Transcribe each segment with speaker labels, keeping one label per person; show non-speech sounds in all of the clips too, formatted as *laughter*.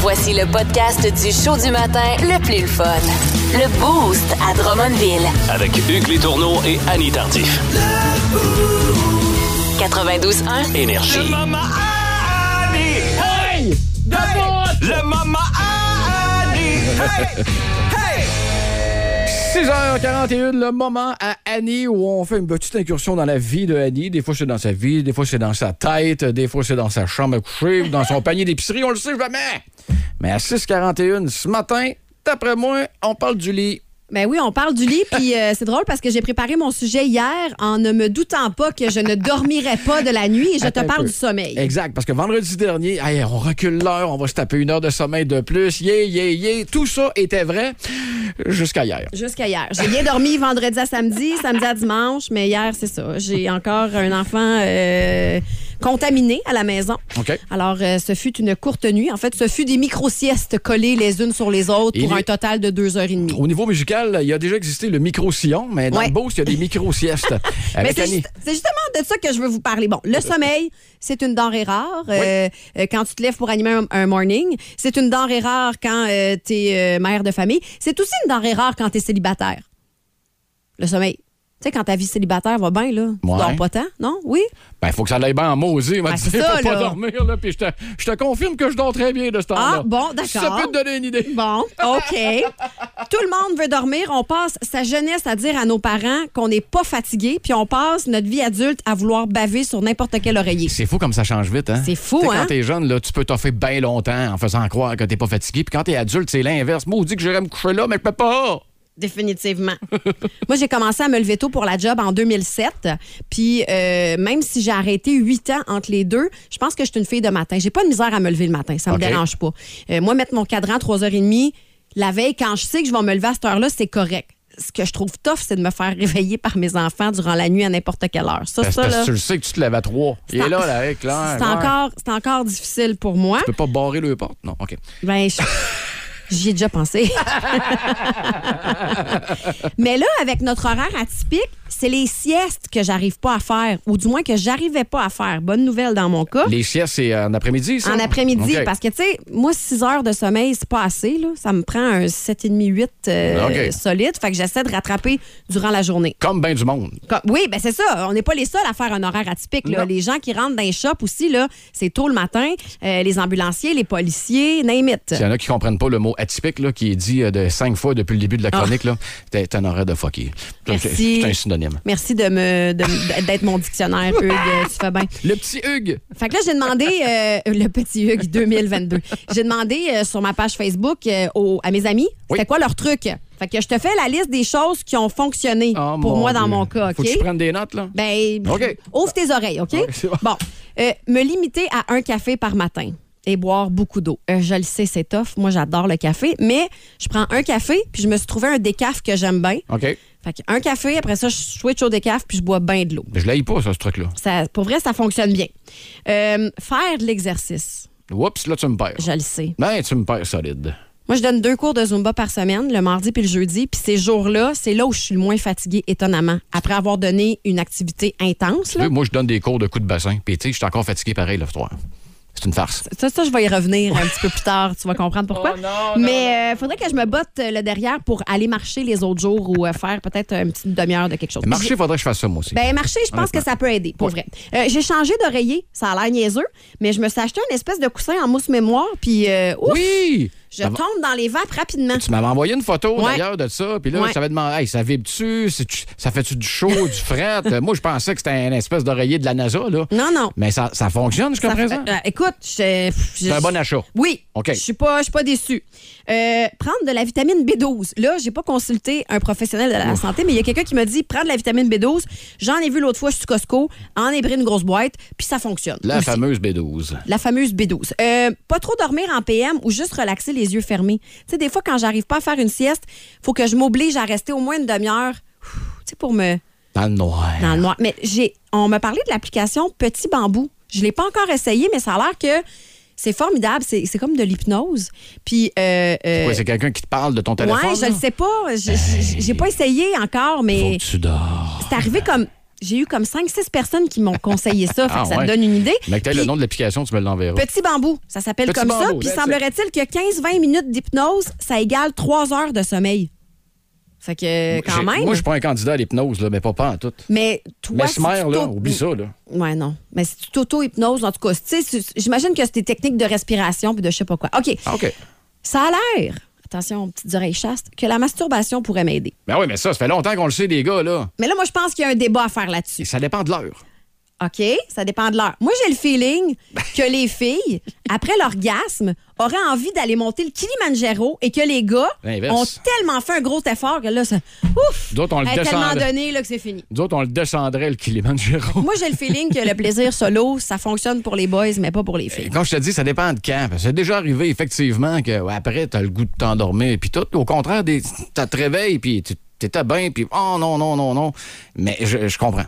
Speaker 1: Voici le podcast du show du matin le plus le fun. Le Boost à Drummondville.
Speaker 2: Avec Hugues Létourneau et Annie Tardif.
Speaker 1: 92.1.
Speaker 2: Énergie.
Speaker 3: Maman Annie! Hey! Le Maman Annie! Hey! Hey!
Speaker 4: 6h41, le moment à Annie où on fait une petite incursion dans la vie de Annie. Des fois, c'est dans sa vie, des fois, c'est dans sa tête, des fois, c'est dans sa chambre à coucher ou dans son panier d'épicerie, on le sait jamais. Mais à 6h41, ce matin, d'après moi, on parle du lit.
Speaker 5: Ben oui, on parle du lit, puis euh, c'est drôle parce que j'ai préparé mon sujet hier en ne me doutant pas que je ne dormirais pas de la nuit et je
Speaker 4: Attends
Speaker 5: te
Speaker 4: un
Speaker 5: parle
Speaker 4: peu.
Speaker 5: du sommeil.
Speaker 4: Exact, parce que vendredi dernier, hey, on recule l'heure, on va se taper une heure de sommeil de plus. Yeah, yeah, yeah. Tout ça était vrai jusqu'à hier.
Speaker 5: Jusqu'à hier. J'ai bien dormi vendredi à samedi, samedi à dimanche, mais hier, c'est ça. J'ai encore un enfant euh, contaminé à la maison.
Speaker 4: OK?
Speaker 5: Alors, euh, ce fut une courte nuit. En fait, ce fut des micro-siestes collées les unes sur les autres
Speaker 4: Il
Speaker 5: pour
Speaker 4: est-
Speaker 5: un total de deux heures et demie.
Speaker 4: Au niveau musical, il y a déjà existé le micro-sillon, mais dans
Speaker 5: Ouais.
Speaker 4: le Beauce, il y a des micro-siestes.
Speaker 5: *laughs* Mais
Speaker 4: Avec
Speaker 5: c'est
Speaker 4: Annie.
Speaker 5: juste- c'est justement de ça que je veux vous parler. Bon, le sommeil, c'est une denrée rare euh, euh, quand tu te lèves pour animer un, un morning. C'est une denrée rare quand tu es mère de famille. C'est aussi une denrée rare quand tu es célibataire. Le sommeil. Tu sais, quand ta vie célibataire va bien, là, tu
Speaker 4: Ouais.
Speaker 5: dors pas tant, non? Oui?
Speaker 4: Ben, faut que ça l'aille bien en mausée, on va
Speaker 5: Ben,
Speaker 4: dire,
Speaker 5: c'est ça,
Speaker 4: pour pas
Speaker 5: là.
Speaker 4: dormir, là. Puis je te, je te confirme que je dors très bien de ce temps-là.
Speaker 5: Ah, bon, d'accord.
Speaker 4: Ça peut te donner une idée. *laughs*
Speaker 5: Bon, OK. Tout le monde veut dormir. On passe sa jeunesse à dire à nos parents qu'on n'est pas fatigué, puis on passe notre vie adulte à vouloir baver sur n'importe quel oreiller.
Speaker 4: C'est fou comme ça change vite, hein?
Speaker 5: C'est fou,
Speaker 4: Tu sais,
Speaker 5: hein?
Speaker 4: Quand t'es jeune, là, tu peux t'offrir bien longtemps en faisant croire que t'es pas fatigué. Puis quand t'es adulte, c'est l'inverse. Moi, on dit que j'irais me coucher là, mais je peux pas.
Speaker 5: Définitivement. *laughs* Moi, j'ai commencé à me lever tôt pour la job en 2007. Puis, euh, même si j'ai arrêté huit ans entre les deux, je pense que je suis une fille de matin. J'ai pas de misère à me lever le matin. Ça me
Speaker 4: OK.
Speaker 5: dérange pas. Euh, moi, mettre mon cadran 3h30 la veille, quand je sais que je vais me lever à cette heure-là, c'est correct. Ce que je trouve tough, c'est de me faire réveiller par mes enfants durant la nuit à n'importe quelle heure. Ça,
Speaker 4: Parce
Speaker 5: ça,
Speaker 4: Ben, parce
Speaker 5: là,
Speaker 4: que tu le sais que tu te lèves à trois. Il est
Speaker 5: en-
Speaker 4: là, là, avec
Speaker 5: c'est
Speaker 4: l'heure.
Speaker 5: encore, c'est encore difficile pour moi.
Speaker 4: Tu peux pas barrer le porte. Non, OK. *laughs*
Speaker 5: Ben, je- j'y ai déjà pensé. Mais là, avec notre horaire atypique, c'est les siestes que j'arrive pas à faire, ou du moins que j'arrivais pas à faire. Bonne nouvelle dans mon cas.
Speaker 4: Les siestes, c'est euh, en après-midi, ça?
Speaker 5: En après-midi,
Speaker 4: OK.
Speaker 5: parce que, tu sais, moi, 6 heures de sommeil, c'est pas assez. Là. Ça me prend un 7,5, 8 euh,
Speaker 4: OK.
Speaker 5: solide. Fait que j'essaie de rattraper durant la journée.
Speaker 4: Comme bien du monde.
Speaker 5: Comme- Oui, ben c'est ça. On n'est pas les seuls à faire un horaire atypique. là.
Speaker 4: Non.
Speaker 5: Les gens qui rentrent dans les shops aussi, là, c'est tôt le matin. Euh, les ambulanciers, les policiers, name it.
Speaker 4: Il y en a qui comprennent pas le mot atypique là, qui est dit euh, de cinq fois depuis le début de la chronique. là. T'es t'es un horaire de fucky. C'est-
Speaker 5: Ah. Merci.
Speaker 4: C'est un synonyme.
Speaker 5: Merci de me de- d'être mon dictionnaire, Hugues. euh, Tu fais bien.
Speaker 4: Le petit Hugues.
Speaker 5: Fait que là, j'ai demandé, euh, le petit Hugues 2022, j'ai demandé euh, sur ma page Facebook euh, aux- à mes amis,
Speaker 4: Oui.
Speaker 5: c'était quoi leur truc? Fait que je te fais la liste des choses qui ont fonctionné
Speaker 4: Ah,
Speaker 5: pour
Speaker 4: mon
Speaker 5: moi dans
Speaker 4: Dieu.
Speaker 5: mon cas,
Speaker 4: Faut
Speaker 5: OK?
Speaker 4: que tu prennes des notes, là.
Speaker 5: Ben,
Speaker 4: OK.
Speaker 5: ouvre tes oreilles, OK?
Speaker 4: Ouais, c'est bon.
Speaker 5: euh, me limiter à un café par matin et boire beaucoup d'eau. Euh, je le sais, c'est tough. Moi, j'adore le café, mais je prends un café, puis je me suis trouvé un décaf que j'aime bien.
Speaker 4: OK.
Speaker 5: Fait que un café, après ça, je switch au décaf, puis je bois bien de l'eau.
Speaker 4: Mais je l'aille pas, ça, ce truc-là.
Speaker 5: Ça, pour vrai, ça fonctionne bien. Euh, faire de l'exercice,
Speaker 4: Oups, là, tu me perds.
Speaker 5: je le sais.
Speaker 4: Ben, tu me perds solide.
Speaker 5: Moi, je donne deux cours de Zumba par semaine, le mardi puis le jeudi. Puis ces jours-là, c'est là où je suis le moins fatiguée, étonnamment. Après avoir donné une activité intense,
Speaker 4: Tu
Speaker 5: là,
Speaker 4: veux, moi, je donne des cours de coups de bassin. Puis, tu sais, je suis encore fatigué pareil le soir. C'est une farce.
Speaker 5: ça, ça, je vais y revenir un petit peu plus tard. Tu vas comprendre pourquoi. Mais il faudrait que je me botte euh, le derrière pour aller marcher les autres jours ou euh, faire peut-être une petite demi-heure de quelque chose.
Speaker 4: Marcher, faudrait que je fasse ça, moi aussi.
Speaker 5: Ben, marcher, je pense que ça peut aider, pour vrai. Euh, j'ai changé d'oreiller, ça a l'air niaiseux, mais je me suis acheté une espèce de coussin en mousse mémoire, puis euh, ouf,
Speaker 4: oui!
Speaker 5: je
Speaker 4: Ça va-
Speaker 5: tombe dans les vapes rapidement.
Speaker 4: Tu m'avais envoyé une photo
Speaker 5: Ouais.
Speaker 4: d'ailleurs de ça, puis là,
Speaker 5: Ouais.
Speaker 4: ça avait demandé Hey, ça vibre-tu C'est-tu- Ça fait-tu du chaud, du fret
Speaker 5: *laughs*
Speaker 4: Euh, Moi, je pensais que c'était une espèce d'oreiller de la NASA, là.
Speaker 5: Non, non.
Speaker 4: Mais ça, ça fonctionne jusqu'à
Speaker 5: Ça-
Speaker 4: présent.
Speaker 5: euh, euh, écoute, je- je-
Speaker 4: C'est un bon achat.
Speaker 5: Oui,
Speaker 4: OK.
Speaker 5: je suis pas, je suis pas déçue. Euh, prendre de la vitamine B12. Là, j'ai pas consulté un professionnel de la santé, mais il y a quelqu'un qui m'a dit prendre de la vitamine B12. J'en ai vu l'autre fois sur Costco, en ébrer une grosse boîte, puis ça fonctionne.
Speaker 4: La
Speaker 5: aussi.
Speaker 4: fameuse B12.
Speaker 5: La fameuse B12. Euh, pas trop dormir en PM ou juste relaxer les yeux fermés. Tu sais, des fois, quand j'arrive pas à faire une sieste, faut que je m'oblige à rester au moins une demi-heure, ouf, tu sais, pour me...
Speaker 4: Dans le noir.
Speaker 5: dans le noir. Mais j'ai, on m'a parlé de l'application Petit Bambou. Je l'ai pas encore essayé, mais ça a l'air que c'est formidable. C'est, c'est comme de l'hypnose. Puis... euh, euh,
Speaker 4: Ouais, c'est quelqu'un qui te parle de ton téléphone.
Speaker 5: ouais, je
Speaker 4: là?
Speaker 5: le sais pas. Je- je- J'ai pas essayé encore,
Speaker 4: Faut que
Speaker 5: mais
Speaker 4: tu dors.
Speaker 5: c'est arrivé comme J'ai eu comme 5-6 personnes qui m'ont conseillé ça. fait
Speaker 4: Ah,
Speaker 5: que ça
Speaker 4: ouais.
Speaker 5: te donne une idée.
Speaker 4: Mais que t'aies le
Speaker 5: Puis-
Speaker 4: nom de l'application, tu me l'enverras.
Speaker 5: Petit bambou, ça s'appelle
Speaker 4: Petit
Speaker 5: comme ça.
Speaker 4: bambou,
Speaker 5: Puis
Speaker 4: that's
Speaker 5: semblerait-il que 15-20 minutes d'hypnose, ça égale 3 heures de sommeil. Fait que euh, quand
Speaker 4: J'ai-
Speaker 5: même.
Speaker 4: Moi, je suis pas un candidat à l'hypnose, là, mais pas, pas en tout.
Speaker 5: mais toi,
Speaker 4: Mais
Speaker 5: si
Speaker 4: Mesmer,
Speaker 5: tu
Speaker 4: là,
Speaker 5: t'au-
Speaker 4: oublie ça, là.
Speaker 5: Ouais, non. Mais si tu t'auto-hypnoses, en tout cas, tu sais, c'est- j'imagine que c'est des techniques de respiration puis de je sais pas quoi. OK.
Speaker 4: Ah, OK.
Speaker 5: Ça a l'air, attention, petites oreilles chastes, que la masturbation pourrait m'aider.
Speaker 4: Ben oui, mais ça, ça fait longtemps qu'on le sait, les gars, là.
Speaker 5: Mais là, moi, je pense qu'il y a un débat à faire
Speaker 4: Et
Speaker 5: là-dessus.
Speaker 4: ça dépend de l'heure.
Speaker 5: OK? Ça dépend de l'heure. Moi, j'ai le feeling
Speaker 4: *laughs*
Speaker 5: que les filles, après l'orgasme, auraient envie d'aller monter le Kilimanjaro et que les gars ont
Speaker 4: L'inverse.
Speaker 5: tellement fait un gros effort que là, ça. Ouf!
Speaker 4: D'autres, on le
Speaker 5: Elle est tellement
Speaker 4: descendrait.
Speaker 5: donné là, que c'est fini.
Speaker 4: Nous autres, on le descendrait, le Kilimanjaro.
Speaker 5: Moi, j'ai le feeling que le plaisir solo, ça fonctionne pour les boys, mais pas pour les filles.
Speaker 4: Et Comme je te dis, ça dépend de quand. Parce que c'est déjà arrivé, effectivement, que ouais, après, t'as le goût de t'endormir, puis tout. Au contraire, des, t'as te réveilles, puis tu- t'étais bien, puis oh non, non, non, non. Mais je, je comprends.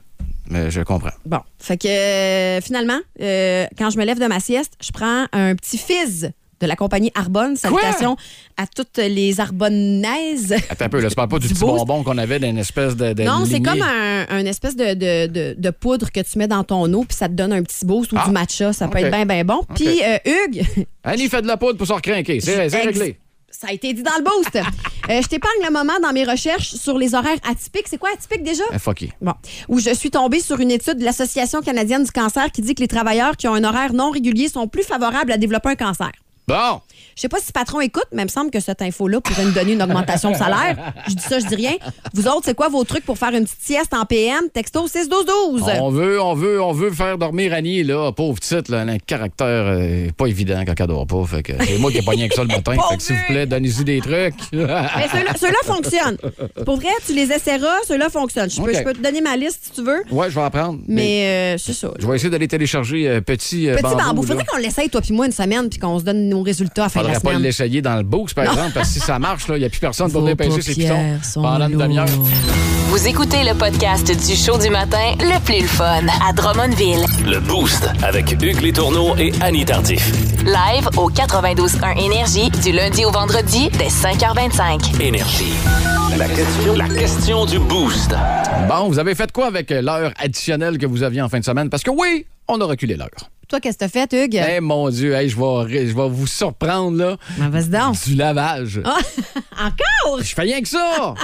Speaker 4: Mais je comprends.
Speaker 5: Bon, fait que euh, finalement, euh, quand je me lève de ma sieste, je prends un petit fizz de la compagnie Arbonne. Salutations à toutes les Arbonnaises.
Speaker 4: Attends un peu, là, tu parles pas du
Speaker 5: Du
Speaker 4: petit
Speaker 5: beau-
Speaker 4: bonbon qu'on avait d'une espèce de. de
Speaker 5: Non, c'est
Speaker 4: lignée.
Speaker 5: comme un, un espèce de, de- de- de poudre que tu mets dans ton eau, puis ça te donne un petit boost ou
Speaker 4: Ah.
Speaker 5: du matcha. Ça peut
Speaker 4: OK.
Speaker 5: être bien, bien bon. Puis, euh, Hugues.
Speaker 4: Annie fait de la poudre pour se recrinquer. *laughs* C'est c'est
Speaker 5: ex-
Speaker 4: réglé.
Speaker 5: Ça a été dit dans
Speaker 4: *laughs*
Speaker 5: le boost. Euh, je t'épargne le moment dans mes recherches sur les horaires atypiques. C'est quoi atypique déjà?
Speaker 4: Ah, fuck you.
Speaker 5: Bon, où je suis tombée sur une étude de l'Association canadienne du cancer qui dit que les travailleurs qui ont un horaire non régulier sont plus favorables à développer un cancer.
Speaker 4: Bon.
Speaker 5: Je sais pas si le patron écoute, mais il me semble que cette info-là pourrait nous donner une augmentation de salaire. Je dis ça, je dis rien. Vous autres, c'est quoi vos trucs pour faire une petite sieste en PM? Texto 6 12 12
Speaker 4: On veut, on veut, on veut faire dormir Annie, là. Pauvre petite, là. Elle a un caractère euh, pas évident quand elle dort pas. Fait que c'est moi qui ai pas rien que ça le
Speaker 5: *laughs*
Speaker 4: matin. fait que s'il vous plaît, donnez-y des trucs.
Speaker 5: Mais ceux-là ceux-là fonctionnent. Pour vrai, tu les essaieras, ceux-là fonctionnent. Je peux,
Speaker 4: OK.
Speaker 5: je peux te donner ma liste si tu veux,
Speaker 4: ouais, je vais apprendre. Mais.
Speaker 5: mais euh, c'est ça.
Speaker 4: Je vais essayer d'aller télécharger euh, Petit, euh,
Speaker 5: Petit bambou,
Speaker 4: Bambou.
Speaker 5: faudrait
Speaker 4: là.
Speaker 5: qu'on l'essaye, toi puis moi, une semaine, puis qu'on se donne nos résultats à la fin de la
Speaker 4: Faudrait pas
Speaker 5: semaine.
Speaker 4: l'essayer dans le box, par exemple, parce que si ça marche, il n'y a plus personne pour venir pincer ses pitons pendant une demi-heure.
Speaker 1: Vous écoutez le podcast du show du matin le plus le fun à Drummondville.
Speaker 2: Le Boost avec Hugues Létourneau et Annie Tardif.
Speaker 1: Live au 92.1 Énergie du lundi au vendredi dès 5h25.
Speaker 2: Énergie. La question, la question du Boost.
Speaker 4: Bon, vous avez fait quoi avec euh, l'heure additionnelle que vous aviez en fin de semaine? Parce que oui, on a reculé l'heure.
Speaker 5: Toi, qu'est-ce que t'as fait, Hugues?
Speaker 4: Eh mon Dieu, hey, je vais ré- je vais vous surprendre, là.
Speaker 5: Ben, vas-y donc.
Speaker 4: Du lavage.
Speaker 5: Ah, *laughs* Encore?
Speaker 4: Je fais rien que ça!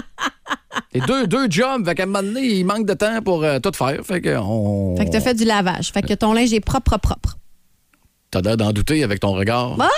Speaker 4: Et deux, deux jobs, fait qu'à un moment donné, il manque de temps pour euh, tout faire. Fait que on.
Speaker 5: Fait que t'as fait du lavage. Fait que ton linge est propre, propre, propre.
Speaker 4: T'as l'air d'en douter avec ton regard.
Speaker 5: Ah!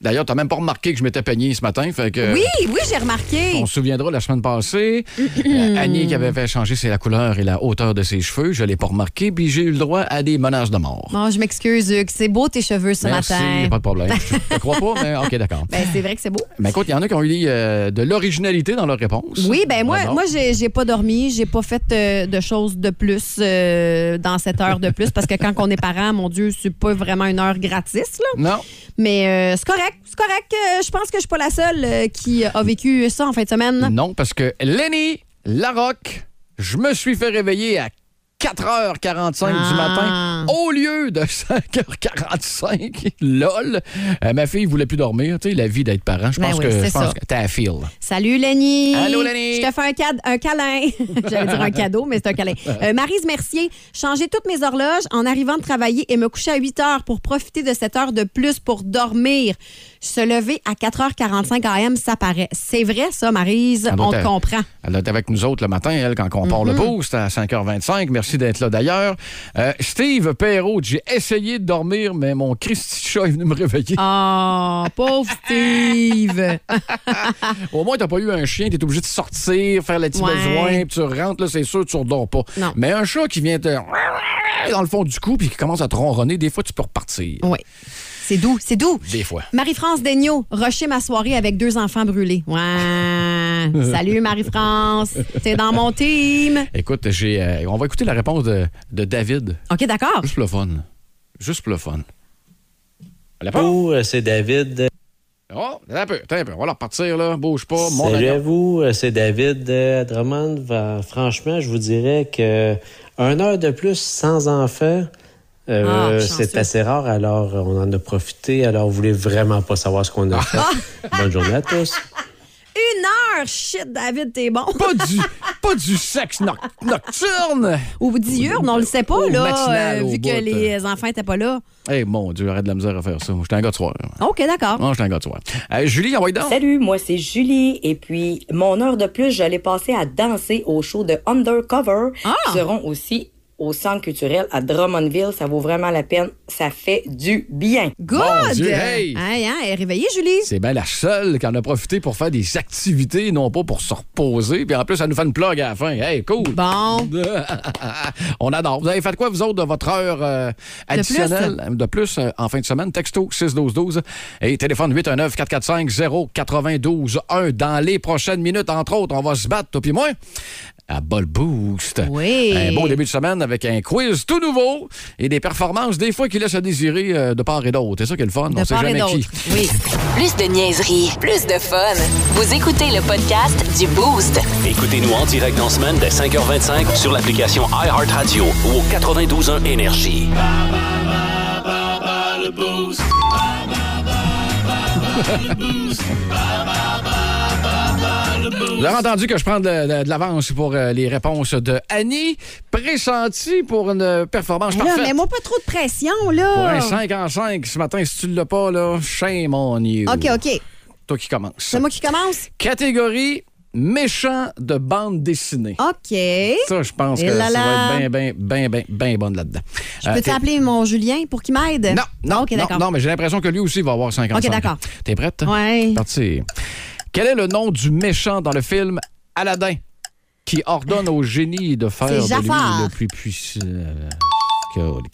Speaker 4: D'ailleurs, t'as même pas remarqué que je m'étais peigné ce matin. Fait que. euh,
Speaker 5: Oui, oui, j'ai remarqué.
Speaker 4: On se souviendra la semaine passée, euh, Annie qui avait fait changer ses- la couleur et la hauteur de ses cheveux, je l'ai pas remarqué, puis j'ai eu le droit à des menaces de mort.
Speaker 5: Bon, je m'excuse, Hugues. C'est beau tes cheveux ce
Speaker 4: Merci,
Speaker 5: matin.
Speaker 4: pas de problème. Je te crois pas, mais OK, d'accord.
Speaker 5: *laughs* Ben, c'est vrai que c'est beau.
Speaker 4: Mais écoute, il y en a qui ont eu euh, de l'originalité dans leur réponse. Ah
Speaker 5: Oui, ben moi,
Speaker 4: D'abord.
Speaker 5: moi j'ai j'ai pas dormi, j'ai pas fait euh, de choses de plus euh, dans cette heure de plus parce que quand on est parent, mon Dieu, c'est pas vraiment une heure gratis là.
Speaker 4: Non.
Speaker 5: Mais euh, c'est correct, c'est correct. Euh, je pense que je suis pas la seule euh, qui a vécu ça en fin de semaine.
Speaker 4: Non, parce que Lenny Larocque, je me suis fait réveiller à 4h45 du
Speaker 5: Ah.
Speaker 4: matin au lieu de *laughs* 5h45. Lol. Euh, ma fille voulait plus dormir. Tu sais, la vie d'être parent, je
Speaker 5: Ben
Speaker 4: pense
Speaker 5: oui,
Speaker 4: que
Speaker 5: c'est
Speaker 4: je pense
Speaker 5: ça.
Speaker 4: que t'as à feel.
Speaker 5: Salut Lenny.
Speaker 4: Allô, Lenny.
Speaker 5: Je te fais un, cad- un câlin. *laughs* J'allais dire un cadeau, mais c'est un câlin. Euh, Marise Mercier, changer toutes mes horloges en arrivant de travailler et me coucher à 8 heures pour profiter de cette heure de plus pour dormir. Se lever à 4h45 AM, ça paraît. C'est vrai ça, Marise,
Speaker 4: Elle doit
Speaker 5: on te
Speaker 4: être-
Speaker 5: comprend.
Speaker 4: Elle était avec nous autres le matin, elle, quand on
Speaker 5: Mm-hmm.
Speaker 4: part le boost à 5h25. Merci d'être là d'ailleurs. Euh, Steve Perrault, j'ai essayé de dormir, mais mon Christy chat est venu me réveiller.
Speaker 5: Oh, pauvre
Speaker 4: *laughs*
Speaker 5: Steve.
Speaker 4: Au moins, t'as pas eu un chien, t'es obligé de sortir, faire les petits
Speaker 5: Ouais.
Speaker 4: besoins, puis tu rentres, là, c'est sûr, tu redors pas.
Speaker 5: Non.
Speaker 4: Mais un chat qui vient te. dans le fond du cou, puis qui commence à te ronronner, des fois, tu peux repartir.
Speaker 5: oui. C'est doux, c'est doux.
Speaker 4: Des fois.
Speaker 5: Marie-France Daigneault, rocher ma soirée avec deux enfants brûlés.
Speaker 4: *laughs*
Speaker 5: Ouais. Salut Marie-France, t'es dans mon team.
Speaker 4: Écoute, j'ai, euh, on va écouter la réponse de, de David.
Speaker 5: OK, d'accord.
Speaker 4: Juste pour le fun. Juste pour le fun. Elle a pas?
Speaker 6: Vous, euh, c'est David.
Speaker 4: Oh, attends un peu, attends un peu. On va leur repartir, là. Bouge pas. Mon
Speaker 6: Salut à vous, euh, c'est David euh, à Drummond. Va- Franchement, je vous dirais que un heure de plus sans enfant,
Speaker 5: Ah,
Speaker 6: euh, c'est
Speaker 5: chanceux.
Speaker 6: assez rare. Alors, euh, on en a profité. Alors, vous voulez vraiment pas savoir ce qu'on a
Speaker 5: *laughs*
Speaker 6: fait. Bonne journée à tous.
Speaker 5: Une heure! Shit, David, t'es bon.
Speaker 4: Pas du, pas du sexe noc- nocturne.
Speaker 5: *laughs* Ou diurne, on le sait pas,
Speaker 4: Ou
Speaker 5: là,
Speaker 4: matinal,
Speaker 5: euh,
Speaker 4: au
Speaker 5: vu
Speaker 4: bout, hein.
Speaker 5: que les enfants étaient pas là.
Speaker 4: Eh mon Dieu, arrête de la misère à faire ça. Moi, J'étais un gars de soir.
Speaker 5: OK, d'accord.
Speaker 4: Moi, j'étais un gars de soir. Euh, Julie, envoie donc.
Speaker 7: Salut, moi c'est Julie et puis mon heure de plus, je l'ai passée à danser au show de Undercover
Speaker 5: Ah!
Speaker 7: qui seront aussi au centre culturel à Drummondville, ça vaut vraiment la peine, ça fait du bien.
Speaker 5: Good!
Speaker 4: Bon Dieu, hey!
Speaker 5: Hein, hein, elle est réveillée, Julie.
Speaker 4: C'est bien la seule qui en a profité pour faire des activités, non pas pour se reposer. Puis en plus, elle nous fait une plug à la fin. Hey, cool!
Speaker 5: Bon.
Speaker 4: *laughs* On adore. Vous avez fait quoi, vous autres, de votre heure euh, additionnelle de plus, euh, en fin de semaine? Texto 61212 et téléphone 819-445-0912-1. Dans les prochaines minutes, entre autres, on va se battre, toi puis moi, à Bol Boost.
Speaker 5: Oui.
Speaker 4: Un beau début de semaine avec un quiz tout nouveau et des performances, des fois, qui laissent à désirer euh, de part et d'autre. C'est ça qui est le fun.
Speaker 5: De
Speaker 4: On sait
Speaker 5: part et
Speaker 4: jamais qui.
Speaker 5: d'autre.
Speaker 4: *laughs*
Speaker 5: Oui.
Speaker 1: Plus de niaiserie, plus de fun. Vous écoutez le podcast du Boost.
Speaker 2: Écoutez-nous en direct dans la semaine dès 5h25 sur l'application iHeartRadio ou au 92.1 Énergie.
Speaker 4: Vous avez entendu que je prends de, de- de l'avance pour euh, les réponses de Annie, pressentie pour une performance
Speaker 5: Là,
Speaker 4: parfaite.
Speaker 5: mets-moi pas trop de pression,
Speaker 4: Pour un
Speaker 5: là.
Speaker 4: 5 en 5 ce matin, si tu l'as pas, là, shame on you.
Speaker 5: OK, OK.
Speaker 4: Toi qui commences.
Speaker 5: C'est moi qui commence?
Speaker 4: Catégorie méchant de bande dessinée.
Speaker 5: OK. Je
Speaker 4: Ça, je pense que
Speaker 5: Et là
Speaker 4: ça va
Speaker 5: là.
Speaker 4: être ben, bien, bien, bien, bien, bien bonne là-dedans. Euh,
Speaker 5: peux
Speaker 4: t'es-
Speaker 5: t'appeler mon Julien pour qu'il m'aide?
Speaker 4: Non, non,
Speaker 5: OK,
Speaker 4: non,
Speaker 5: d'accord.
Speaker 4: non, mais j'ai l'impression que lui aussi va avoir 50
Speaker 5: OK, d'accord.
Speaker 4: T'es prête?
Speaker 5: Ouais.
Speaker 4: Parti. Quel est le nom du méchant dans le film Aladdin qui ordonne au génie de faire
Speaker 5: C'est
Speaker 4: de lui
Speaker 5: Jafar.
Speaker 4: le plus puissant? Euh, Caroline.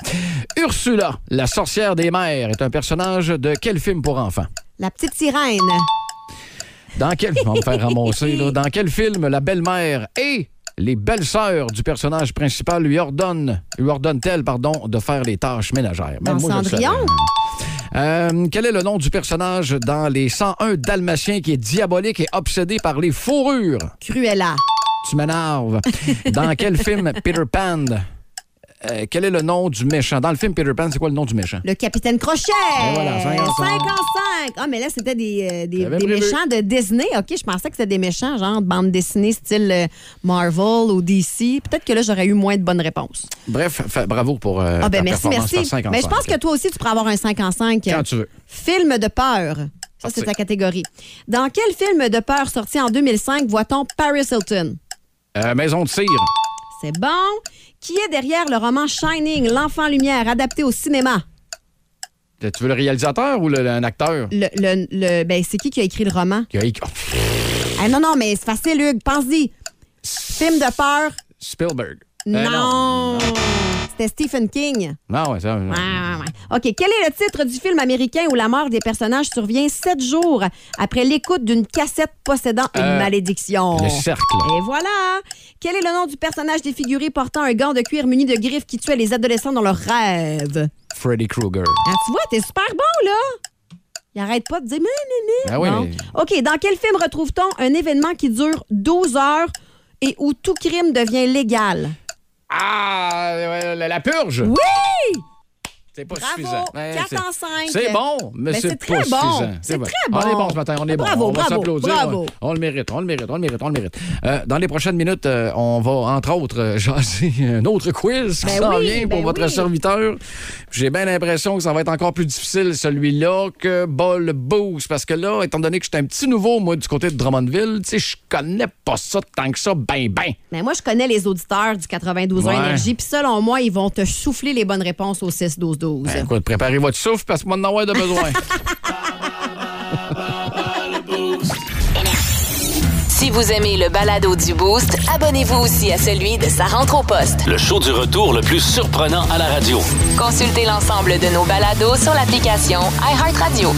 Speaker 4: Ursula, la sorcière des mers, est un personnage de quel film pour enfants?
Speaker 5: La petite sirène.
Speaker 4: Dans quel... On va me faire ramasser, là. Dans quel film la belle-mère et les belles-sœurs du personnage principal lui ordonnent, lui ordonnent-elles, pardon, de faire les tâches ménagères?
Speaker 5: Dans
Speaker 4: moi, je le savais.
Speaker 5: Cendrillon?
Speaker 4: Euh, quel est le nom du personnage dans les 101 Dalmatiens qui est diabolique et obsédé par les fourrures?
Speaker 5: Cruella.
Speaker 4: Tu m'énerves. Dans quel film Peter Pan? euh, quel est le nom du méchant? Dans le film Peter Pan, c'est quoi le nom du méchant?
Speaker 5: Le capitaine Crochet.
Speaker 4: Et voilà, 55.
Speaker 5: 55. Ah, mais là, c'était des, euh, des,
Speaker 4: J'avais
Speaker 5: des
Speaker 4: prévu.
Speaker 5: méchants de Disney. OK, je pensais que c'était des méchants, genre de bande dessinée style euh, Marvel ou DC. Peut-être que là, j'aurais eu moins de bonnes réponses.
Speaker 4: Bref, fa- bravo pour euh,
Speaker 5: Ah, ben
Speaker 4: ta
Speaker 5: merci,
Speaker 4: performance
Speaker 5: merci.
Speaker 4: par 55.
Speaker 5: Mais je pense que toi aussi, tu pourras avoir un 5 en 5.
Speaker 4: Quand tu veux.
Speaker 5: Film de peur. Ça,
Speaker 4: Parti.
Speaker 5: c'est ta catégorie. Dans quel film de peur sorti en 2005 voit-on Paris Hilton?
Speaker 4: Euh, Maison de cire.
Speaker 5: C'est bon. Qui est derrière le roman Shining, l'enfant lumière, adapté au cinéma?
Speaker 4: Tu veux le réalisateur ou le- le- un acteur?
Speaker 5: Le, le- le- ben, c'est qui qui a écrit le roman?
Speaker 4: Qui a écrit- Oh,
Speaker 5: Ah, non, non, mais c'est facile, Hugues. Pense-y. Film de peur?
Speaker 4: Spielberg. Euh,
Speaker 5: non. C'était Stephen King.
Speaker 4: Non, Ah ouais, ça.
Speaker 5: Ouais, ouais, ouais. OK. Quel est le titre du film américain où la mort des personnages survient sept jours après l'écoute d'une cassette possédant une
Speaker 4: Euh,
Speaker 5: malédiction?
Speaker 4: Le cercle.
Speaker 5: Et voilà! Quel est le nom du personnage défiguré portant un gant de cuir muni de griffes qui tuait les adolescents dans leurs rêves?
Speaker 4: Freddy Krueger.
Speaker 5: Ah, tu vois, t'es super bon, là! Il arrête pas de dire... mais, mais, mais.
Speaker 4: Ah oui,
Speaker 5: Bon.
Speaker 4: mais-
Speaker 5: OK, dans quel film retrouve-t-on un événement qui dure 12 heures et où tout crime devient légal?
Speaker 4: Ah, euh, la, la purge.
Speaker 5: Oui!
Speaker 4: C'est pas
Speaker 5: Bravo!
Speaker 4: suffisant. Ouais,
Speaker 5: Quatre
Speaker 4: c'est-
Speaker 5: en cinq.
Speaker 4: C'est bon, mais
Speaker 5: Ben,
Speaker 4: c'est
Speaker 5: c'est
Speaker 4: pas
Speaker 5: très bon.
Speaker 4: suffisant.
Speaker 5: C'est
Speaker 4: vrai.
Speaker 5: très bon.
Speaker 4: On est bon ce matin, on est
Speaker 5: Bravo,
Speaker 4: bon. On va
Speaker 5: bravo,
Speaker 4: s'applaudir.
Speaker 5: bravo.
Speaker 4: On, on le mérite, on le mérite, on le mérite, on le mérite. Euh, dans les prochaines minutes, euh, on va, entre autres, euh, jaser *laughs* un autre quiz qui
Speaker 5: Ben
Speaker 4: s'en
Speaker 5: oui,
Speaker 4: vient pour
Speaker 5: ben
Speaker 4: votre
Speaker 5: oui.
Speaker 4: serviteur. J'ai bien l'impression que ça va être encore plus difficile, celui-là, que Bol Boost. Parce que là, étant donné que je suis un petit nouveau, moi, du côté de Drummondville, tu sais, je connais pas ça tant que ça, ben, ben.
Speaker 5: Mais moi, je connais les auditeurs du 92
Speaker 4: Ouais.
Speaker 5: Énergie, puis selon moi, ils vont te souffler les bonnes réponses au 6-12-12.
Speaker 4: Ben, écoute, préparez votre souffle parce que moi, n'en ai de
Speaker 5: *laughs*
Speaker 4: besoin.
Speaker 1: Si vous aimez le balado du Boost, abonnez-vous aussi à celui de sa rentre au poste.
Speaker 2: Le show du retour le plus surprenant à la radio.
Speaker 1: Consultez l'ensemble de nos balados sur l'application iHeartRadio.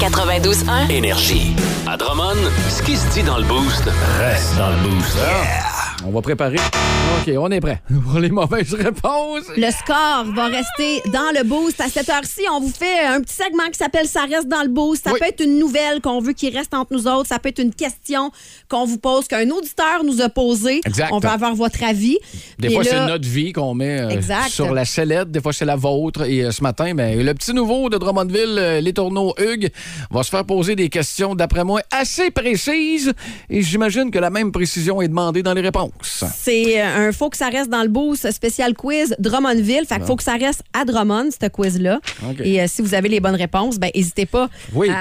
Speaker 1: 92.1,
Speaker 2: Énergie. À Drummond, ce qui se dit dans le boost reste dans le boost.
Speaker 4: On va préparer. OK, on est prêt pour les mauvaises réponses.
Speaker 5: Le score va rester dans le boost. À cette heure-ci, on vous fait un petit segment qui s'appelle Ça reste dans le boost. Ça
Speaker 4: Oui.
Speaker 5: peut être une nouvelle qu'on veut qui reste entre nous autres. Ça peut être une question qu'on vous pose, qu'un auditeur nous a posée.
Speaker 4: Exact.
Speaker 5: On veut avoir votre avis.
Speaker 4: Des
Speaker 5: Et
Speaker 4: fois,
Speaker 5: là-
Speaker 4: c'est notre vie qu'on met euh,
Speaker 5: Exact.
Speaker 4: sur la sellette. Des fois, c'est la vôtre. Et euh, ce matin, ben, le petit nouveau de Drummondville, euh, les tourneaux Hugues, va se faire poser des questions, d'après moi, assez précises. Et j'imagine que la même précision est demandée dans les réponses.
Speaker 5: C'est euh, un Faut que ça reste dans le boost spécial quiz Drummondville. Fait que faut que ça reste à Drummond, ce quiz-là.
Speaker 4: OK.
Speaker 5: Et euh, si vous avez les bonnes réponses, ben n'hésitez pas
Speaker 4: Oui. Euh,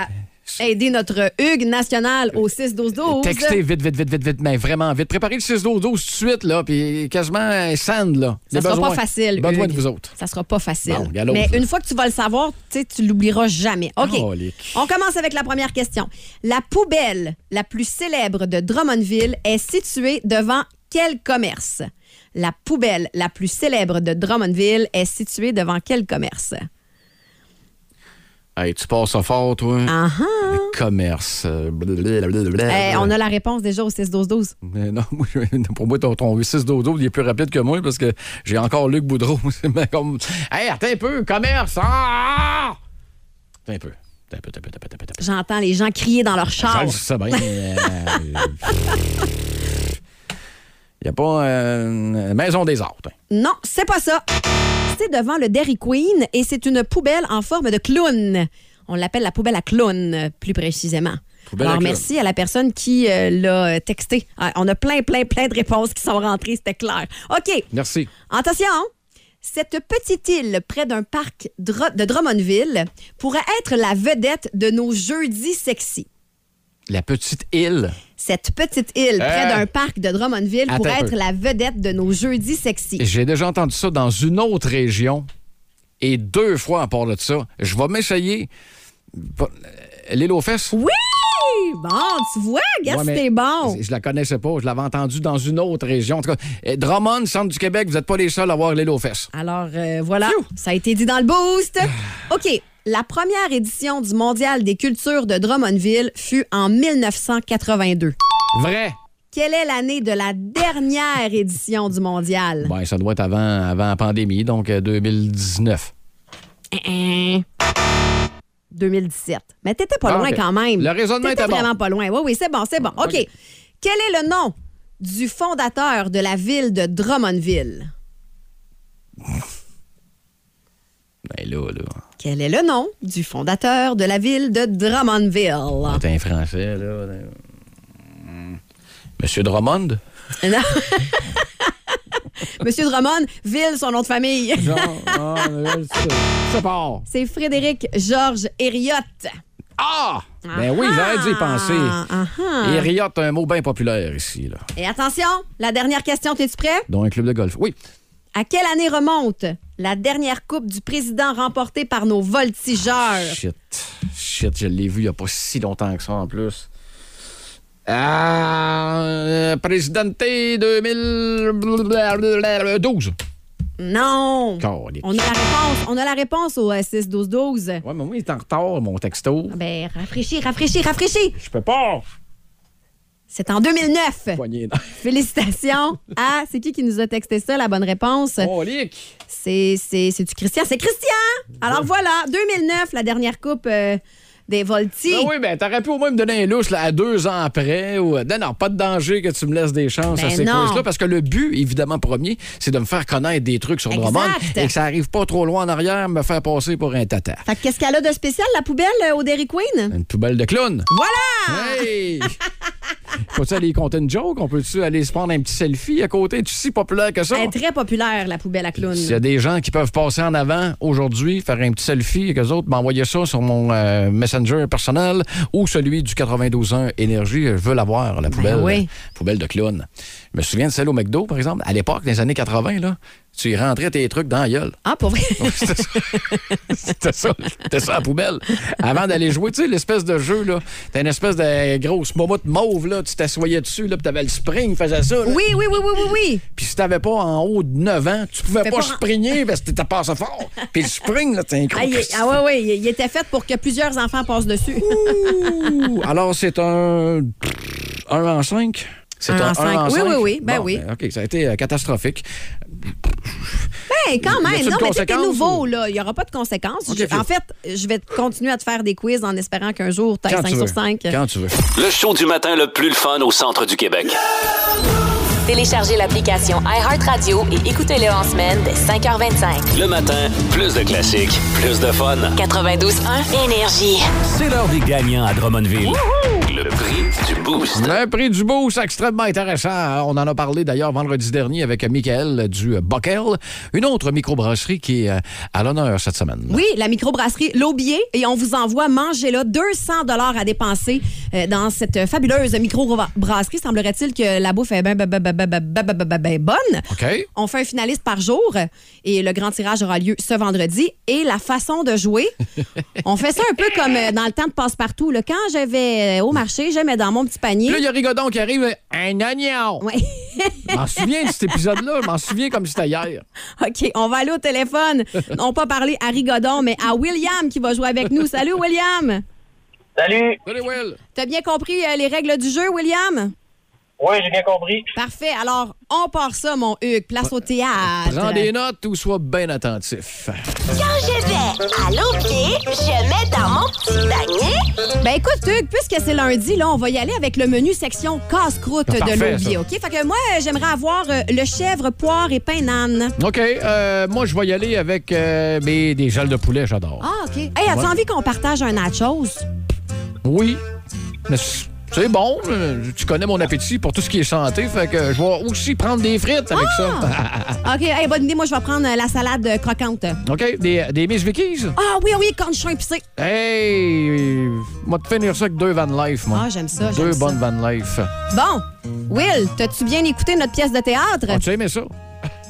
Speaker 5: à aider notre Hugues national au 6-12-12.
Speaker 4: Textez vite, vite, vite, vite, vite, mais vraiment vite. Préparez le 6 12 12 tout de suite, là, puis quasiment euh, sand, là.
Speaker 5: Ça
Speaker 4: Les
Speaker 5: sera
Speaker 4: besoins.
Speaker 5: pas facile.
Speaker 4: Besoin
Speaker 5: Hugues.
Speaker 4: de vous autres.
Speaker 5: Ça sera pas facile.
Speaker 4: Bon, galop.
Speaker 5: Mais une fois que tu vas le savoir, tu sais, tu l'oublieras jamais. OK.
Speaker 4: Colique.
Speaker 5: On commence avec la première question. La poubelle la plus célèbre de Drummondville est située devant quel commerce? La poubelle la plus célèbre de Drummondville est située devant quel commerce?
Speaker 4: Hey, tu passes ça fort, toi.
Speaker 5: Ah ah.
Speaker 4: Le commerce. euh, blablabla.
Speaker 5: Eh, on a la réponse déjà au 6-12-12.
Speaker 4: Mais non, *laughs* moi, je- pour moi, ton, ton 6 dodo, il est plus rapide que moi parce que j'ai encore Luc Boudreau. *laughs* C'est bien comme. Hey, attends un peu, commerce! Ah! Attends un peu. Attends un peu, attends un peu, attends un peu, attends un peu.
Speaker 5: J'entends les gens crier dans leur
Speaker 4: Je
Speaker 5: char.
Speaker 4: le sais bien. euh, *laughs* Il n'y a pas euh, une maison des arts. hein.
Speaker 5: Non, c'est pas ça. C'est devant le Dairy Queen et c'est une poubelle en forme de clown. On l'appelle la poubelle à clown, euh, plus précisément.
Speaker 4: Poubelle à
Speaker 5: Alors,
Speaker 4: clown.
Speaker 5: merci à la personne qui euh, l'a euh, texté. Ah, on a plein, plein, plein de réponses qui sont rentrées, c'était clair. OK,
Speaker 4: Merci.
Speaker 5: attention! Cette petite île près d'un parc dro- de Drummondville pourrait être la vedette de nos jeudis sexy.
Speaker 4: La petite île.
Speaker 5: Cette petite île près
Speaker 4: Euh,
Speaker 5: d'un parc de Drummondville
Speaker 4: attends
Speaker 5: pourrait
Speaker 4: un
Speaker 5: être
Speaker 4: peu.
Speaker 5: la vedette de nos jeudis sexy.
Speaker 4: J'ai déjà entendu ça dans une autre région. Et deux fois à part de ça, je vais m'essayer. Pas- euh, L'île aux fesses.
Speaker 5: Oui! Bon, tu vois, regarde
Speaker 4: Ouais,
Speaker 5: si
Speaker 4: mais
Speaker 5: t'es bon.
Speaker 4: Je, je la connaissais pas. Je l'avais entendue dans une autre région. En tout cas, eh, Drummond, centre du Québec, vous n'êtes pas les seuls à avoir l'île aux fesses.
Speaker 5: Alors, euh, voilà, ça a été dit dans le boost.
Speaker 4: Ah.
Speaker 5: OK, la première édition du Mondial des cultures de Drummondville fut en 1982.
Speaker 4: Vrai.
Speaker 5: Quelle est l'année de la dernière édition du Mondial?
Speaker 4: Ben, ça doit être avant, avant la pandémie, donc euh, 2019.
Speaker 5: Hein, hein. 2017. Mais t'étais pas
Speaker 4: Ah,
Speaker 5: loin
Speaker 4: ok.
Speaker 5: quand même.
Speaker 4: Le raisonnement
Speaker 5: T'étais
Speaker 4: était bon. Ah,
Speaker 5: vraiment pas loin. Oui, oui, c'est bon, c'est bon. OK.
Speaker 4: OK.
Speaker 5: Quel est le nom du fondateur de la ville de Drummondville?
Speaker 4: Ben là, là.
Speaker 5: Quel est le nom du fondateur de la ville de Drummondville?
Speaker 4: T'es un Français, là. là. Hmm. Monsieur Drummond?
Speaker 5: Non. *laughs* Monsieur Drummond, ville, son nom
Speaker 4: *laughs*
Speaker 5: de famille.
Speaker 4: Genre, ah, ça part.
Speaker 5: C'est Frédéric Georges Hériotte.
Speaker 4: Ah! Ben oui, j'aurais dû y penser.
Speaker 5: Ah, ah.
Speaker 4: Et Riot, un mot bien populaire ici, là.
Speaker 5: Et attention, la dernière question, es-tu prêt?
Speaker 4: Dont un club de golf. Oui.
Speaker 5: À quelle année remonte la dernière coupe du président remportée par nos voltigeurs?
Speaker 4: Shit. Shit, je l'ai vu il n'y a pas si longtemps que ça en plus. Ah, euh, Presidente 2012.
Speaker 5: Non!
Speaker 4: Calique.
Speaker 5: On a la réponse, on a la réponse au euh, 6-12-12.
Speaker 4: Ouais, mais moi, il est en retard, mon texto.
Speaker 5: Ah Ben, rafraîchis, rafraîchis, rafraîchis!
Speaker 4: Je peux pas.
Speaker 5: C'est en 2009.
Speaker 4: Poignée. *laughs*
Speaker 5: Félicitations à. C'est qui qui nous a texté ça, la bonne réponse?
Speaker 4: Oh, Calique.
Speaker 5: C'est c'est- c'est-tu Christian? C'est Christian! Alors voilà, 2009, la dernière coupe euh, des Volti.
Speaker 4: Ah oui, ben, t'aurais pu au moins me donner un lousse là, à deux ans après. Ou... euh, Non, non, pas de danger que tu me laisses des chances
Speaker 5: Ben
Speaker 4: à ces
Speaker 5: non.
Speaker 4: quiz-là. Parce que le but, évidemment, premier, c'est de me faire connaître des trucs sur
Speaker 5: Exact.
Speaker 4: Drummond et que ça arrive pas trop loin en arrière, me faire passer pour un tata.
Speaker 5: Fait que qu'est-ce qu'elle a de spécial, la poubelle euh, au Dairy Queen?
Speaker 4: Une poubelle de clown.
Speaker 5: Voilà!
Speaker 4: Hey! *laughs* Faut-tu aller compter une joke? On peut-tu aller se prendre un petit selfie à côté? Es-tu si populaire que ça?
Speaker 5: Elle est très populaire, la poubelle à clown.
Speaker 4: S'il y a des gens qui peuvent passer en avant aujourd'hui, faire un petit selfie avec eux autres, m'envoyer ça sur mon euh, messenger personnel ou celui du 92.1 Énergie. Je veux l'avoir, la poubelle.
Speaker 5: Ben oui.
Speaker 4: Poubelle de clown. Je me souviens de celle au McDo, par exemple. À l'époque, dans les années 80, là, tu y rentrais tes trucs dans la gueule.
Speaker 5: Ah, pour vrai?
Speaker 4: C'était ça. C'était ça. C'était ça, la poubelle. Avant d'aller jouer, tu sais, l'espèce de jeu, là. T'as une espèce de grosse momoute mauve, là. Tu t'assoyais dessus, là, puis t'avais le spring, faisais ça, là.
Speaker 5: Oui, oui, oui, oui, oui, oui.
Speaker 4: Puis si t'avais pas en haut de 9 ans, tu pouvais
Speaker 5: Fais
Speaker 4: pas,
Speaker 5: pas en-
Speaker 4: sprinter parce que t'étais pas assez fort. Puis le spring, là, t'es
Speaker 5: Ah, il,
Speaker 4: incroyable.
Speaker 5: ah ouais, ouais, il, il était fait pour que plusieurs enfants passent dessus.
Speaker 4: Ouh! Alors, c'est un... 1 en 5? C'est
Speaker 5: Un
Speaker 4: un,
Speaker 5: en
Speaker 4: un
Speaker 5: cinq.
Speaker 4: en
Speaker 5: Oui,
Speaker 4: cinq?
Speaker 5: oui, oui, ben
Speaker 4: Bon,
Speaker 5: oui.
Speaker 4: OK, ça a été euh, catastrophique.
Speaker 5: Ben, quand
Speaker 4: Y a-t-il
Speaker 5: même.
Speaker 4: de
Speaker 5: Non, mais t'es
Speaker 4: conséquences,
Speaker 5: nouveau,
Speaker 4: ou?
Speaker 5: là. Il n'y aura pas de conséquences.
Speaker 4: Ok,
Speaker 5: Je-
Speaker 4: puis-
Speaker 5: en fait, je vais continuer à te faire des quiz en espérant qu'un jour, tu
Speaker 4: Quand tu
Speaker 5: 5 Ben, sur
Speaker 4: veux.
Speaker 5: 5.
Speaker 4: Quand tu veux.
Speaker 2: Le show du matin le plus le fun au centre du Québec.
Speaker 1: Téléchargez l'application iHeartRadio et écoutez-le en semaine dès 5h25.
Speaker 2: Le matin, plus de classiques, plus de fun.
Speaker 1: 92.1 Énergie.
Speaker 2: C'est l'heure des gagnants à Drummondville. Le prix du boost.
Speaker 4: Le prix du beau, c'est extrêmement intéressant. hein. On en a parlé d'ailleurs vendredi dernier avec Michael du Bockel, une autre microbrasserie qui est euh, à l'honneur cette semaine.
Speaker 5: Oui, la microbrasserie L'Aubier. Et on vous envoie, mangez-la, 200 à dépenser euh, dans cette fabuleuse microbrasserie. Semblerait-il que la bouffe est ben, ben, ben, ben, ben, ben, ben, ben, ben, ben, bonne.
Speaker 4: OK.
Speaker 5: On fait un finaliste par jour et le grand tirage aura lieu ce vendredi. Et la façon de jouer,
Speaker 4: *laughs*
Speaker 5: on fait ça un peu comme euh, dans le temps de passe-partout. là. Quand je vais euh, au marché, je mets dans mon petit panier.
Speaker 4: Puis là, il y a Rigodon qui arrive, un oignon.
Speaker 5: Ouais.
Speaker 4: Je m'en souviens de cet épisode-là, je m'en souviens comme c'était hier.
Speaker 5: *laughs* OK, on va aller
Speaker 4: *laughs*
Speaker 5: au téléphone. Non pas parler à Rigodon, mais à William qui va jouer avec nous. Salut, William!
Speaker 8: Salut.
Speaker 4: Salut, Will.
Speaker 5: T'as bien compris euh, les règles du jeu, William?
Speaker 8: Oui, j'ai bien compris.
Speaker 5: Parfait. Alors, on part ça, mon Hugues. Place au théâtre.
Speaker 4: Prends des notes ou sois bien attentif.
Speaker 9: Quand je vais à l'aubier, je mets dans mon petit panier.
Speaker 5: Ben écoute, Hugues, puisque c'est lundi, là, on va y aller avec le menu section casse-croûte
Speaker 4: Ah,
Speaker 5: de
Speaker 4: parfait,
Speaker 5: l'aubier,
Speaker 4: ça.
Speaker 5: OK? Fait que moi, euh, j'aimerais avoir euh, le chèvre, poire et pain nan.
Speaker 4: OK, euh, moi, je vais y aller avec euh, mes- des ailes de poulet, j'adore.
Speaker 5: Ah, OK. Hey, as-tu
Speaker 4: Ouais.
Speaker 5: envie qu'on partage un nachos?
Speaker 4: Oui, mais c- c'est bon. euh, Tu connais mon appétit pour tout ce qui est santé, fait que je vais aussi prendre des frites avec ça.
Speaker 5: OK. Hey, bonne idée. Moi, je vais prendre euh, la salade euh, croquante.
Speaker 4: OK, des, des Miss Vickies.
Speaker 5: Ah oui, ah oui, cornichon épicé.
Speaker 4: Hey, moi, te finir ça avec deux Van Life, moi.
Speaker 5: Ah, j'aime ça, j'aime
Speaker 4: Deux
Speaker 5: ça.
Speaker 4: bonnes Van Life.
Speaker 5: Bon. Will, t'as-tu bien écouté notre pièce de théâtre?
Speaker 4: Ah, tu aimé ça?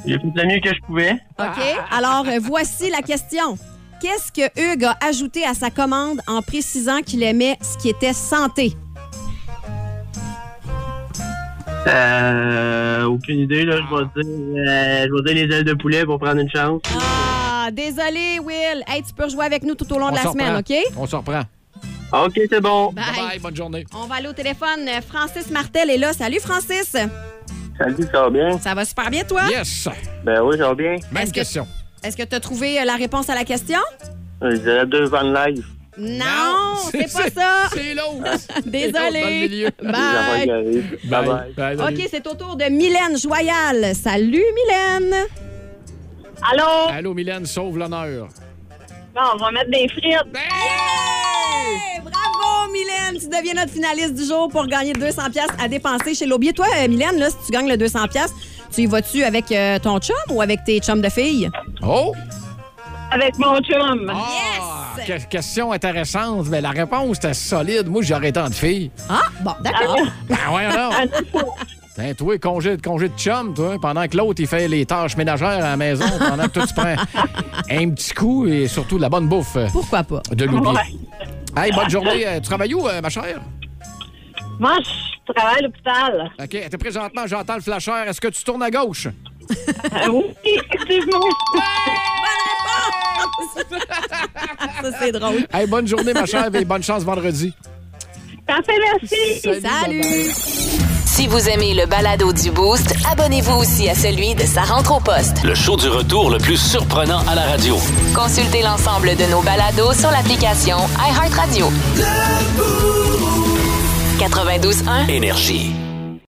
Speaker 8: J'ai fait le mieux que je pouvais.
Speaker 5: OK. Alors, euh, voici la question. Qu'est-ce que Hugues a ajouté à sa commande en précisant qu'il aimait ce qui était santé?
Speaker 8: Euh, aucune idée, là. Je vais dire, euh, je vais dire les ailes de poulet pour prendre une chance.
Speaker 5: Ah, désolé, Will. Hey, tu peux rejouer avec nous tout au long
Speaker 4: On
Speaker 5: de la
Speaker 4: s'en
Speaker 5: semaine,
Speaker 4: reprend.
Speaker 5: OK?
Speaker 4: On s'en reprend.
Speaker 8: OK, c'est bon.
Speaker 5: Bye.
Speaker 4: Bye, bonne journée.
Speaker 5: On va aller au téléphone. Francis Martel est là. Salut, Francis.
Speaker 8: Salut, ça va bien?
Speaker 5: Ça va super bien, toi?
Speaker 4: Yes!
Speaker 8: Ben oui, ça va bien.
Speaker 4: Même
Speaker 5: Ah! Est-ce que-
Speaker 4: question.
Speaker 5: Est-ce que tu as trouvé euh, la réponse à la question?
Speaker 8: Je dirais deux Van Live.
Speaker 5: Non, c'est
Speaker 4: *laughs*
Speaker 5: pas ça. *laughs*
Speaker 4: C'est l'autre. dans le
Speaker 5: Désolé.
Speaker 4: milieu.
Speaker 5: Bye.
Speaker 8: Bye-bye.
Speaker 5: OK, c'est au tour de Mylène Joyal. Salut, Mylène.
Speaker 9: Allô?
Speaker 4: Allô, Mylène, sauve l'honneur.
Speaker 9: Bon, on va mettre des frites.
Speaker 5: Hey, Bravo, Mylène! Tu deviens notre finaliste du jour pour gagner 200 pièces à dépenser chez l'Aubier. Toi, euh, Mylène, là, si tu gagnes le 200 pièces, tu y vas-tu avec euh, ton chum ou avec tes chums de filles?
Speaker 4: Oh!
Speaker 9: Avec mon chum.
Speaker 4: Ah, que- question intéressante, mais la réponse était solide. Moi, j'aurais tant de filles.
Speaker 5: Ah, bon, d'accord.
Speaker 4: Ben
Speaker 9: *laughs*
Speaker 4: ouais, non. Tiens, toi, congé, de- congé de chum, toi, pendant que l'autre, il fait les tâches ménagères à la maison, pendant que toi, tu
Speaker 9: *laughs*
Speaker 4: prends un petit coup et surtout de la bonne bouffe euh,
Speaker 5: Pourquoi pas?
Speaker 4: de l'oubli. Hey, bonne journée. Euh, Tu travailles où, euh, ma chère?
Speaker 9: Moi, je travaille à l'hôpital.
Speaker 4: OK, t'es présentement, j'entends le flasheur. Est-ce que tu tournes à gauche?
Speaker 9: Euh, oui, effectivement.
Speaker 5: Ça, c'est drôle.
Speaker 4: Hey, bonne journée, ma chère, et bonne chance vendredi.
Speaker 9: Parfait, merci.
Speaker 5: Salut!
Speaker 4: bye-bye.
Speaker 1: Si vous aimez le balado du Boost, abonnez-vous aussi à celui de sa rentre au poste.
Speaker 2: Le show du retour le plus surprenant à la radio.
Speaker 1: Consultez l'ensemble de nos balados sur l'application iHeartRadio. 92.1
Speaker 2: Énergie.